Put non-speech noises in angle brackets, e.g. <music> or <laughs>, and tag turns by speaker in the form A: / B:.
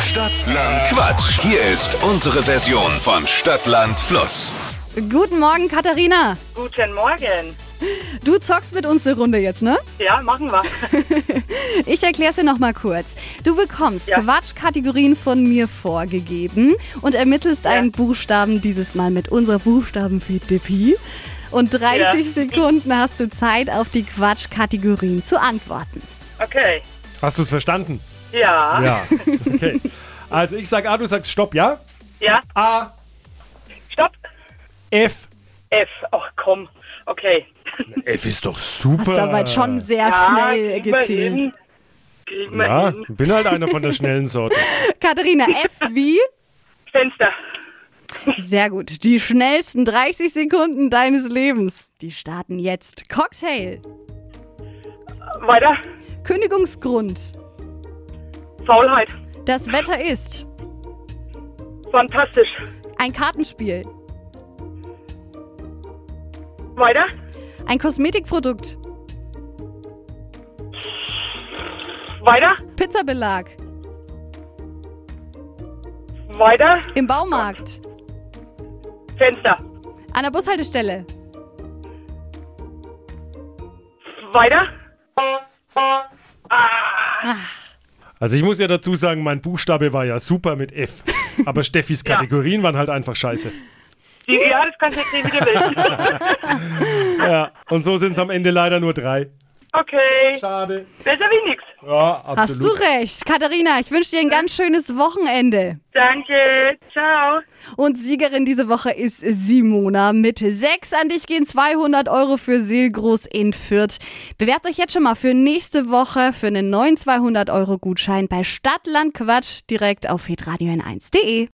A: Stadtland Quatsch. Hier ist unsere Version von Stadtland Fluss.
B: Guten Morgen, Katharina.
C: Guten Morgen.
B: Du zockst mit uns eine Runde jetzt, ne?
C: Ja, machen wir.
B: Ich erkläre es dir nochmal kurz. Du bekommst
C: Ja.
B: Quatschkategorien von mir vorgegeben und ermittelst einen Buchstaben, dieses Mal mit unserer Buchstabenfee-Dippy. Und 30
C: Ja.
B: Sekunden hast du Zeit, auf die Quatschkategorien zu antworten.
C: Okay.
D: Hast du es verstanden?
C: Ja.
B: <laughs>
D: Ja. Okay. Also ich sag A, du sagst Stopp, ja?
C: Ja.
D: A,
C: Stopp.
D: F.
C: F. Ach komm. Okay.
D: F ist doch
B: Hast
D: super.
B: du aber jetzt schon sehr
C: Ja,
B: schnell
C: kriegen wir
B: gezählt.
C: hin. Kriegen wir
D: Ja,
C: hin.
D: bin halt einer von der schnellen Sorte.
C: <laughs>
B: Katharina, F wie?
C: Fenster.
B: Sehr gut. Die schnellsten 30 Sekunden deines Lebens. Die starten jetzt. Cocktail.
C: Weiter.
B: Kündigungsgrund.
C: Faulheit.
B: Das Wetter ist.
C: Fantastisch.
B: Ein Kartenspiel.
C: Weiter.
B: Ein Kosmetikprodukt.
C: Weiter.
B: Pizzabelag.
C: Weiter.
B: Im Baumarkt.
C: Fenster.
B: An der Bushaltestelle.
C: Weiter.
D: Also ich muss ja dazu sagen, mein Buchstabe war ja super mit F. Aber Steffis Kategorien waren halt einfach scheiße.
C: Die, ja, das kannst du jetzt sehen, wie du willst.
D: Ja. Und so sind es am Ende leider nur drei.
C: Okay.
D: Schade.
C: Besser wie nix.
D: Ja, absolut.
B: Hast du recht. Katharina, ich wünsche dir ein ganz schönes Wochenende.
C: Danke. Ciao.
B: Und Siegerin diese Woche ist Simona mit 6. An dich gehen 200 Euro für Seelgroß in Fürth. Bewerbt euch jetzt schon mal für nächste Woche für einen neuen 200 Euro Gutschein bei Stadtland Quatsch direkt auf hitradio n1.de.